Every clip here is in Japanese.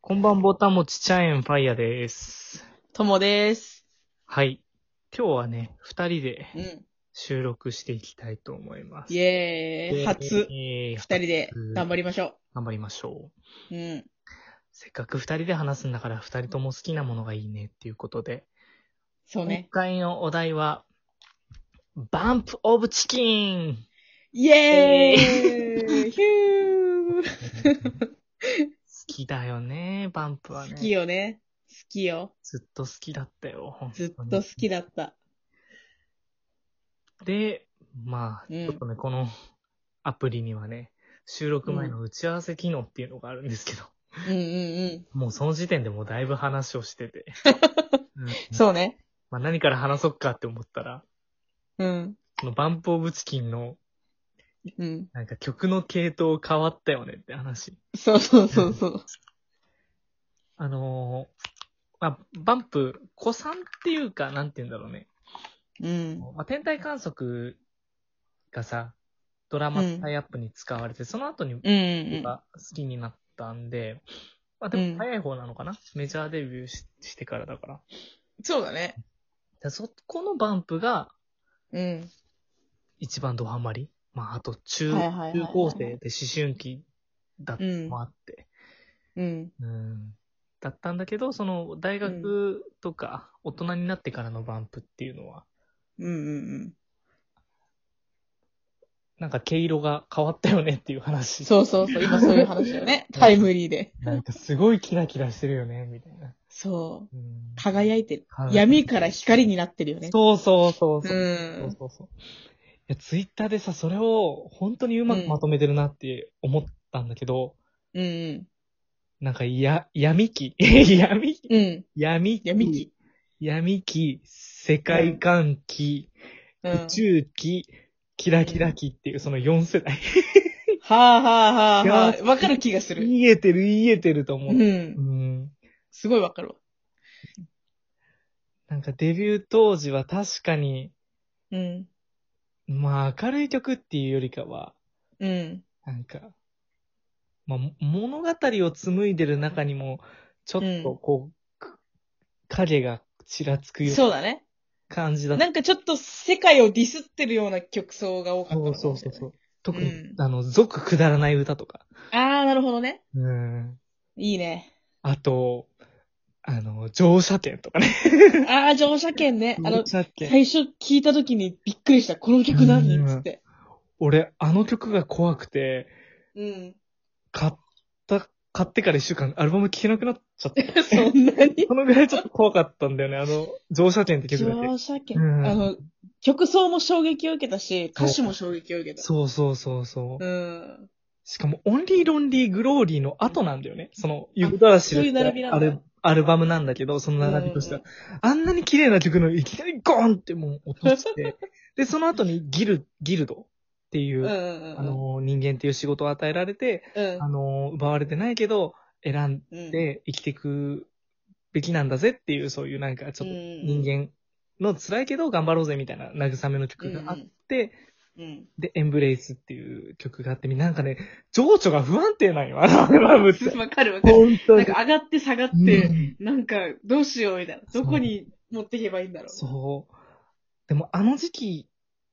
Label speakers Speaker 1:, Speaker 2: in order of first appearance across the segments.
Speaker 1: こんばんぼたもちちゃえんファイヤーです。
Speaker 2: ともです。
Speaker 1: はい。今日はね、二人で
Speaker 2: うん。
Speaker 1: 収録していきたいと思います。
Speaker 2: イエーイ。初。
Speaker 1: えー
Speaker 2: 二人で頑張りましょ
Speaker 1: 頑張りましょう。
Speaker 2: う。うん。
Speaker 1: せっかく二人で話すんだから、二人とも好きなものがいいねっていうことで、
Speaker 2: そう
Speaker 1: 今
Speaker 2: ね。
Speaker 1: 回のお題は、バンプオブチキン
Speaker 2: イエーイヒュー
Speaker 1: 好きだよね、バンプはね。
Speaker 2: 好きよね。好きよ。
Speaker 1: ずっと好きだったよ。本当に
Speaker 2: ずっと好きだった。
Speaker 1: で、まあ、
Speaker 2: うん
Speaker 1: ちょっとね、このアプリにはね、収録前の打ち合わせ機能っていうのがあるんですけど、
Speaker 2: うんうん
Speaker 1: もうその時点でもうだいぶ話をして て。
Speaker 2: うん。
Speaker 1: うん
Speaker 2: そうね。
Speaker 1: まあ、何から話そうかって思ったら、
Speaker 2: うん。
Speaker 1: そのバンプオブチキンの
Speaker 2: うん。
Speaker 1: なんか曲の系統変わったよねって話。
Speaker 2: そうそうそうそう。
Speaker 1: あのーまあ、バンプ、古参っていうか、なんて言うんだろうね。
Speaker 2: うん。
Speaker 1: まあ、天体観測がさ、ドラマタイアップに使われて、その後に
Speaker 2: うんうん。
Speaker 1: が好きになったんで、まあで
Speaker 2: う
Speaker 1: も
Speaker 2: ん
Speaker 1: 早い方なのかな、メジャーデビューししてからだから。
Speaker 2: そうだね。
Speaker 1: でそこのバンプが
Speaker 2: うん。
Speaker 1: 一番ドハマり。まああと中、
Speaker 2: はいはいはいはい
Speaker 1: 中高生で思春期だったのもあって、
Speaker 2: うん。
Speaker 1: うんだったんだけど、その大学とか大人になってからのバンプっていうのは、
Speaker 2: うんうんうん。
Speaker 1: なんか毛色が変わったよねっていう話。
Speaker 2: そうそうそう。今そういう話だよね。タイムリーで。
Speaker 1: なんかすごいキラキラしてるよね、みたいな。
Speaker 2: そう。
Speaker 1: うん
Speaker 2: 輝いてる
Speaker 1: 輝い。てる
Speaker 2: 闇から光になってるよね。
Speaker 1: そうそうそう
Speaker 2: う。
Speaker 1: そう。そうんそうそう。いや、ツイッターでさ、それを本当にうまくまとめてるなって思ったんだけど、
Speaker 2: うんうん。
Speaker 1: なんか、や、闇期 闇期
Speaker 2: うん。
Speaker 1: 闇期
Speaker 2: 闇期。
Speaker 1: 闇期、世界観期、
Speaker 2: うん。
Speaker 1: 宇宙期、キラキラ期っていう、その4世代。
Speaker 2: はあはあはあはいあ。わかる気がする。
Speaker 1: 言えてる、言えてると
Speaker 2: う。
Speaker 1: 思う。うんん。
Speaker 2: すごいわかるわ。
Speaker 1: なんか、デビュー当時は確かに、
Speaker 2: うん。
Speaker 1: まあ、明るい曲っていうよりかは、
Speaker 2: うん。
Speaker 1: なんか、まあ、も物語を紡いでる中にも、ちょっとこう、く影がちらつくような
Speaker 2: そうだね。
Speaker 1: 感じだった。
Speaker 2: なんかちょっと世界をディスってるような曲奏が多かったの
Speaker 1: そ
Speaker 2: か
Speaker 1: う
Speaker 2: もし
Speaker 1: そう
Speaker 2: れない。
Speaker 1: そうそう。特に、
Speaker 2: うん
Speaker 1: あの、俗くだらない歌とか。
Speaker 2: あー、なるほどね。
Speaker 1: うん。
Speaker 2: いいね。
Speaker 1: あと、あの、乗車券とかね。
Speaker 2: あー、乗車券ね。あの
Speaker 1: 乗、車券。
Speaker 2: 最初聞いた時にびっくりした。この曲何
Speaker 1: うん
Speaker 2: つって。
Speaker 1: 俺、あの曲が怖くて、
Speaker 2: うん。
Speaker 1: 買った、買ってから一週間アルバム聴けなくなっちゃった。
Speaker 2: そんなに
Speaker 1: そのぐらいちょっと怖かったんだよね、あの、乗車券って曲だけ。
Speaker 2: 乗車券。
Speaker 1: うん
Speaker 2: あの、曲奏も衝撃を受けたし、歌詞も衝撃を受けた。
Speaker 1: そうそうそうそう。
Speaker 2: うん。
Speaker 1: しかも、オンリーロンリーグローリーの後なんだよね。その、ユーダーシル
Speaker 2: そういう並びなんだ
Speaker 1: アルアルバムなんだけど、その並びとしては。あんなに綺麗な曲のいきなりゴーンってもう落と して、で、その後にギル、ギルドっていうう、
Speaker 2: んうんうん。
Speaker 1: あ、の、人間っていう仕事を与えられて、
Speaker 2: うん
Speaker 1: あの、奪われてないけど、選
Speaker 2: うん
Speaker 1: ん。で生きていくべきなんだぜっていう、そういうなんかちょっと人
Speaker 2: 間
Speaker 1: 間の辛いけど頑張ろうぜみたいな慰めの曲があって、
Speaker 2: うん。
Speaker 1: で、エンブレイスっていう曲があって、なんかね、情緒が不安定なんよ、あのアルバムって。
Speaker 2: わかるわか る。
Speaker 1: 本当
Speaker 2: なん
Speaker 1: に。
Speaker 2: か上がって下がっ
Speaker 1: う
Speaker 2: て、
Speaker 1: ん
Speaker 2: なんかどうしようみたいな。
Speaker 1: そう
Speaker 2: どこに持っていけばいいんだろう。
Speaker 1: そう。でもあの時期、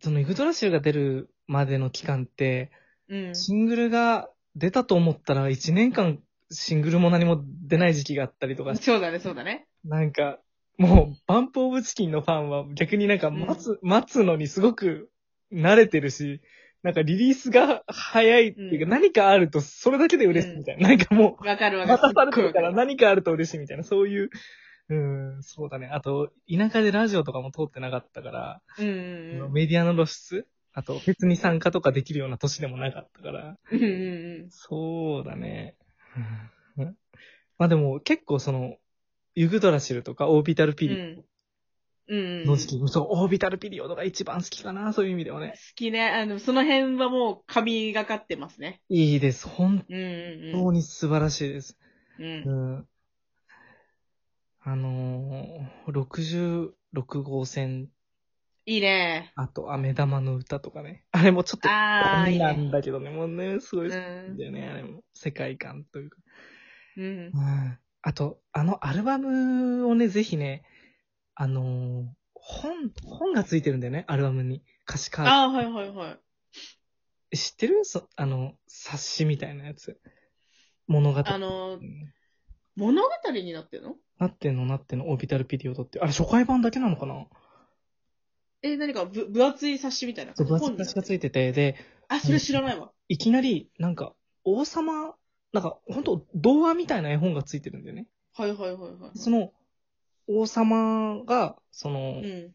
Speaker 1: そのイグトラシルが出るまでの期間って、
Speaker 2: うん。
Speaker 1: シングルが出たと思ったら1年間シングルも何も出ない時期があったりとか、
Speaker 2: そうだね、そうだね。
Speaker 1: なんか、もう、バンプオブチキンのファンは逆になんか待つ、待つのにすごく慣れてるし、なんかリリースが早いっていうか、
Speaker 2: うん
Speaker 1: 何かあるとそれだけで嬉しいみたいな。なんかもう、
Speaker 2: わかるわか
Speaker 1: 待
Speaker 2: る。
Speaker 1: たされてるから
Speaker 2: すっごいわか
Speaker 1: 何かあると嬉しいみたいな、そういう、うん、そうだね。あと、田舎でラジオとかも通ってなかったから、
Speaker 2: るうんうんうん。
Speaker 1: メディアの露出あと、別に参加とかできるような年でもなかったから、
Speaker 2: うんうんうん。
Speaker 1: そうだね。うんまあでも、結構その、ユグドラシルとかオービタルピリ
Speaker 2: うんうんうん。
Speaker 1: オドの時期、そう、オービタルピリオドが一番好きかな、そういう意味では
Speaker 2: 好
Speaker 1: ね。
Speaker 2: きね。あの、その辺はもう神がかってますね。
Speaker 1: いいです。本
Speaker 2: うんうん
Speaker 1: 当に素晴らしいです。
Speaker 2: うん。うん
Speaker 1: うんあのー、66号線、
Speaker 2: いいね。
Speaker 1: あと、飴玉の歌とかね。あれもちょっと、
Speaker 2: あーいい
Speaker 1: な
Speaker 2: ね。
Speaker 1: んだけどね、もうね、すご
Speaker 2: う
Speaker 1: い好きなん
Speaker 2: ん。
Speaker 1: だよね、あれも。世界観というか。
Speaker 2: うん
Speaker 1: う。ん。あと、あのアルバムをね、ぜひね、あのー本、本がついてるんだよね、アルバムに。歌詞カード。
Speaker 2: ああ、はいはいはい。
Speaker 1: 知ってるそあの、冊子みたいなやつ。物語。
Speaker 2: あの、物語になってるの
Speaker 1: なってんのなってんの、オービタルピリオドって。あれ、初回版だけなのかな
Speaker 2: え、何かぶ分厚い冊子みたいな。
Speaker 1: そう、分厚い
Speaker 2: 本に
Speaker 1: 冊子がついてて、で、
Speaker 2: あ、それ知らないわ。
Speaker 1: いきなり、なんか、王様、なんか、本当童話みたいな絵本がついてるんだよね。
Speaker 2: はいはいはいはい。
Speaker 1: その、王様が、その、
Speaker 2: うん。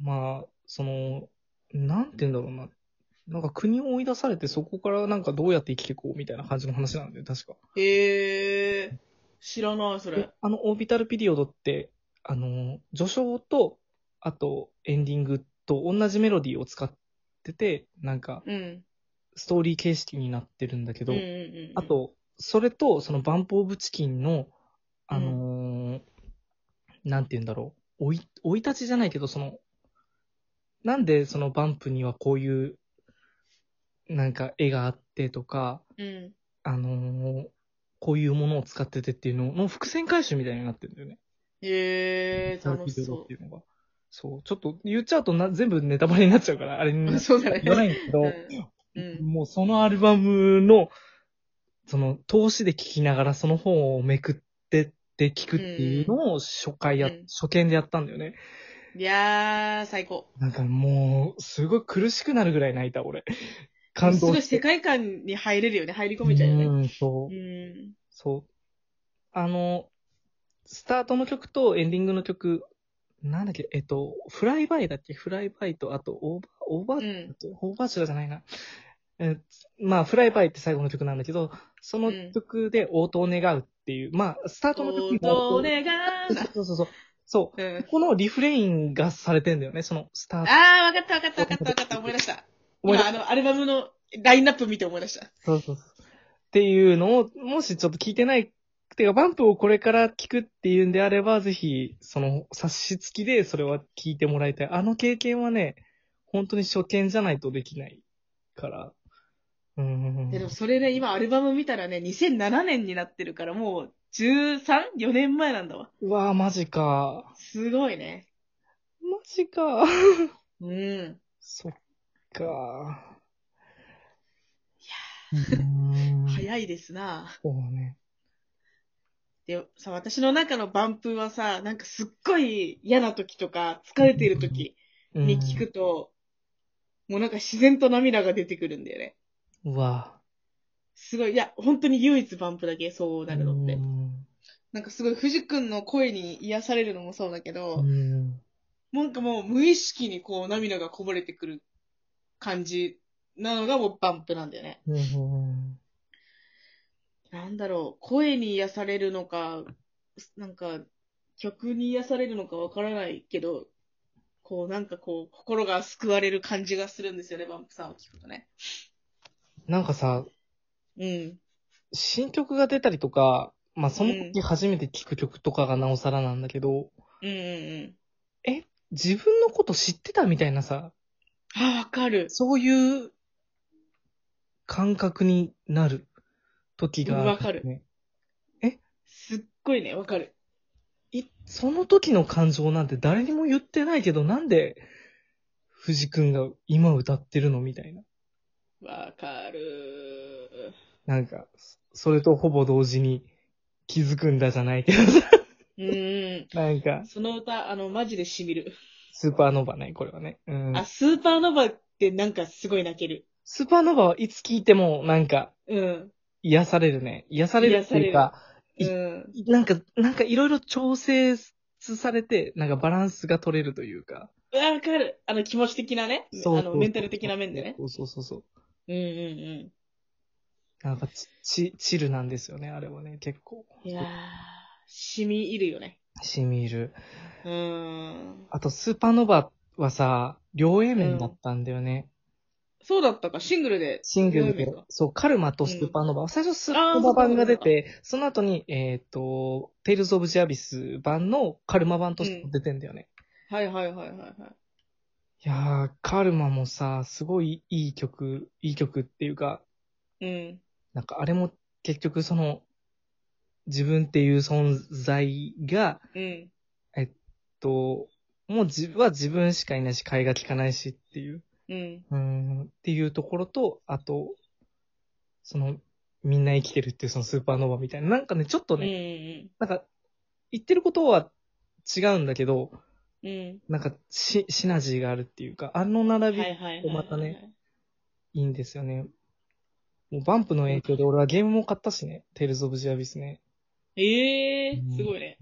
Speaker 1: まあ、その、なんて言うんだろうな。なんか国を追い出されて、そこからなんかどうやって生きていこうみたいな感じの話なんだよ、確か。
Speaker 2: へえ。知らない、それ
Speaker 1: で。あの、オービタルピリオドって、あの、序章と、あと、エンディングと同じメロディーを使ってて、なんか、
Speaker 2: うん。
Speaker 1: ストーリー形式になってるんだけ
Speaker 2: うん
Speaker 1: ど、
Speaker 2: うんうん。
Speaker 1: あ、と、それと、その、バンポーブチキンの、あのーなんて言うんだろう、追い、追い立ちじゃないけど、その、なんでそのバンプにはこういう、なんか絵があってとか、
Speaker 2: うん。
Speaker 1: あのーこういうものを使っててっていうのの伏線回収みたいになってるんだよね。
Speaker 2: へえ、楽し
Speaker 1: ドラキ
Speaker 2: そ
Speaker 1: ュラっていうのが。そう、ちょっと言っちゃうとな全部ネタバレになっちゃうから、あれに
Speaker 2: う。 そうだ
Speaker 1: 言わな
Speaker 2: ね。
Speaker 1: いんだけど、
Speaker 2: うん。うん。
Speaker 1: もうそのアルバムの、その、投資で聴きながらその本をめくってって聴くっていうのを初回や、
Speaker 2: うん
Speaker 1: 初見でやったんだよね。
Speaker 2: いやー、最高。
Speaker 1: なんかもう、すごい苦しくなるぐらい泣いた、俺。感
Speaker 2: す
Speaker 1: 動
Speaker 2: ごい
Speaker 1: して
Speaker 2: 世。界観に入れるよね。入り込めちゃうよね。
Speaker 1: ん、そうう、
Speaker 2: ん。
Speaker 1: そう。あの、スタートの曲とエンディングの曲、なんだっけ、えっと、フライバイだっけフライバイと、あと、オーバー、オーバー
Speaker 2: うん。
Speaker 1: オーバーチュラじゃないな。えーまあ、フライバイって最後の曲なんだけど、その曲で応答を願うっていう、まあ、スタートの曲に
Speaker 2: 音を願うな。
Speaker 1: そうそうそう。そう。
Speaker 2: うん。
Speaker 1: このリフレインがされてんだよね、そのスタート。
Speaker 2: あー、わかったわかったわかったわかった。思い出した。
Speaker 1: 思い出
Speaker 2: 今、あの、アルバムのラインナップ見て思い出した。
Speaker 1: そうそうそう。っていうのを、もしちょっと聞いてない、てか、バンプをこれから聞くっていうんであれば、ぜひ、その、冊子付きでそれは聞いてもらいたい。あの経験はね、本当に初見じゃないとできないから。うーん。
Speaker 2: でもそれね、今アルバム見たらね、2007年になってるから、もう 13?4 年前なんだわ。
Speaker 1: うわぁ、マジか。
Speaker 2: すごいね。
Speaker 1: マジか。
Speaker 2: うん。
Speaker 1: そっか。いや
Speaker 2: 早いですな。
Speaker 1: そうだね。
Speaker 2: で、さ、私の中のバンプはさ、なんかすっごい嫌な時とか、疲れてる時
Speaker 1: うん
Speaker 2: に聞くと、もうなんか自然と涙が出てくるんだよね。
Speaker 1: うわ
Speaker 2: すごい、いや、本当に唯一バンプだけそうなるのって
Speaker 1: う。ん
Speaker 2: なんかすごい、藤くんの声に癒されるのもそうだけど、
Speaker 1: うん
Speaker 2: なんかもう無意識にこう涙がこぼれてくる感じなのがもうバンプなんだよね。
Speaker 1: うん
Speaker 2: なんだろう、声に癒されるのか、なんか曲に癒されるのかわからないけど、こうなんかこう心が救われる感じがするんですよね、バンプさんを聞くとね。
Speaker 1: なんかさ、
Speaker 2: うん。
Speaker 1: 新曲が出たりとか、まあ、その時初めて聞く曲とかがなおさらなんだけど、
Speaker 2: うんうんうん。
Speaker 1: 自分のこと知ってたみたいなさ、
Speaker 2: あ、わかる。
Speaker 1: そういう感覚になる時があ
Speaker 2: う
Speaker 1: ね
Speaker 2: んわかるすっごいね、わかる。
Speaker 1: い、その時の感情なんて誰にも言ってないけど、なんで、藤くんが今歌ってるのみたいな。
Speaker 2: わかる。
Speaker 1: なんか、そそれとほぼ同時に気づくんだじゃないけどさ。
Speaker 2: うん。
Speaker 1: なんか、
Speaker 2: その歌、あの、マジで染みる。
Speaker 1: スーパーノバね、これはね。うん。
Speaker 2: あ、スーパーノヴァってなんかすごい泣ける。
Speaker 1: スーパーノバはいつ聴いても、なんか、
Speaker 2: うん。
Speaker 1: 癒されるね。癒されるっていうか、 い
Speaker 2: うん。
Speaker 1: なんか、なんかいろいろ調整されて、なんかバランスが取れるというか。
Speaker 2: わかる。あの、気持ち的なね。
Speaker 1: そう
Speaker 2: あの、メンタル的な面でね。
Speaker 1: そうそうそうそう。
Speaker 2: うんうん
Speaker 1: なんかち、ち、チルなんですよね、あれはね、結構。
Speaker 2: うん。いやー、染み入るよね。
Speaker 1: しみる。
Speaker 2: うーん。
Speaker 1: あと、スーパーノバはさ、両 A 面だったんだよね。
Speaker 2: そうだったか、シングルで。
Speaker 1: シングルで
Speaker 2: 両 A 面か。
Speaker 1: そう、カルマとスーパーノバ。最初、スーパーノバ版が出て、その後に、えっ、と、テイルズ・オブ・ジアビス版のカルマ版としても出てんだよね。
Speaker 2: はいはいはいはいはい。
Speaker 1: いやー、カルマもさ、すごいいい曲、いい曲っていうか、
Speaker 2: うん。
Speaker 1: なんかあれも結局その、自分っていう存在が、
Speaker 2: うん。
Speaker 1: と、もう自分は自分しかいないし、買いが利かないしっていう、
Speaker 2: うん。
Speaker 1: うん、っていうところと、あと、その、みんな生きてるっていうそのスーパーノーバみたいな、なんかね、ちょっと
Speaker 2: うん
Speaker 1: ね、なんか、言ってることは違うんだけど、
Speaker 2: うん。うん。
Speaker 1: なんかシ、シナジーがあるっていうか、あの
Speaker 2: はい
Speaker 1: 並び
Speaker 2: はいはいはい。
Speaker 1: またね。いいんですよね。もうバンプの影響で俺はゲームも買ったしね、テイルズ・オブ・ジアビスね。
Speaker 2: ええ
Speaker 1: うん
Speaker 2: すごいね。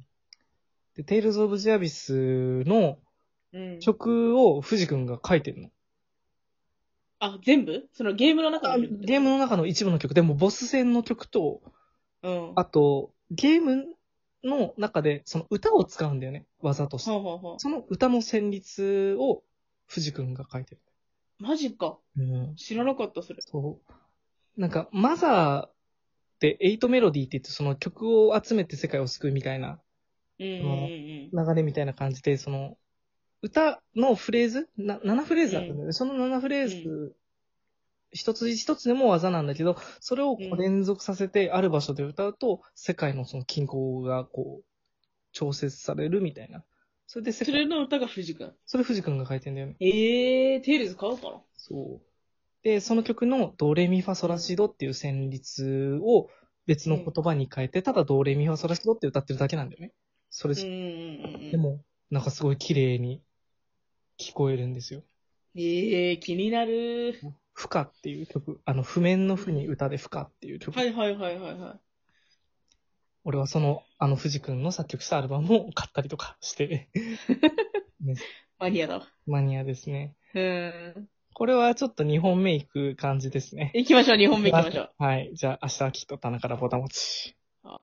Speaker 1: で、テイルズ・オブ・ジアビスの
Speaker 2: うん。
Speaker 1: 曲を藤君が書いてるの。
Speaker 2: あ、全部そのゲームの中の曲ってこと
Speaker 1: ゲームの中の一部の曲、でもボス戦の曲と、
Speaker 2: うん。
Speaker 1: あと、ゲームの中でその歌を使うんだよね、技として。
Speaker 2: ほうほうほう。
Speaker 1: その歌の旋律を藤君が書いてる。
Speaker 2: マジか。
Speaker 1: うん。
Speaker 2: 知らなかった、それ。
Speaker 1: そう。なんか、マザーって8メロディーって言って、その曲を集めて世界を救うみたいな
Speaker 2: うんうんうん
Speaker 1: 流れみたいな感じで、その、歌のフレーズな ?7 フレーズだったんだよね。その7フレーズ、一つ一つでも技なんだけど、それをこ
Speaker 2: うん
Speaker 1: う連続させて、ある場所で歌うと、世界のその均衡がこう、調節されるみたいな。それで
Speaker 2: うん。
Speaker 1: 世
Speaker 2: そ
Speaker 1: 界、
Speaker 2: れの歌が藤君。
Speaker 1: それ藤君が書いてんだよね。
Speaker 2: ええー、テイルズ買おうかな。
Speaker 1: そう。で、その曲のドレミファソラシドっていう旋律を別の言葉に変えて、ただドレミファソラシドって歌ってるだけなんだよね。それ
Speaker 2: うんうんうんうん。
Speaker 1: でも、なんかすごい綺麗に聞こえるんですよ。
Speaker 2: ええ気になる。
Speaker 1: 不可っていう曲。あの、譜面の譜に歌で不可っていう曲。
Speaker 2: はいはいはいはいはい。
Speaker 1: 俺はその、あの、藤君の作曲したアルバムを買ったりとかして、
Speaker 2: マニアだわ。
Speaker 1: マニアですね。
Speaker 2: うん。
Speaker 1: これはちょっと2本目行く感じですね。
Speaker 2: 行きましょう、2本目行きましょう。
Speaker 1: はい。じゃあ、明日はきっと棚からボタン持ち。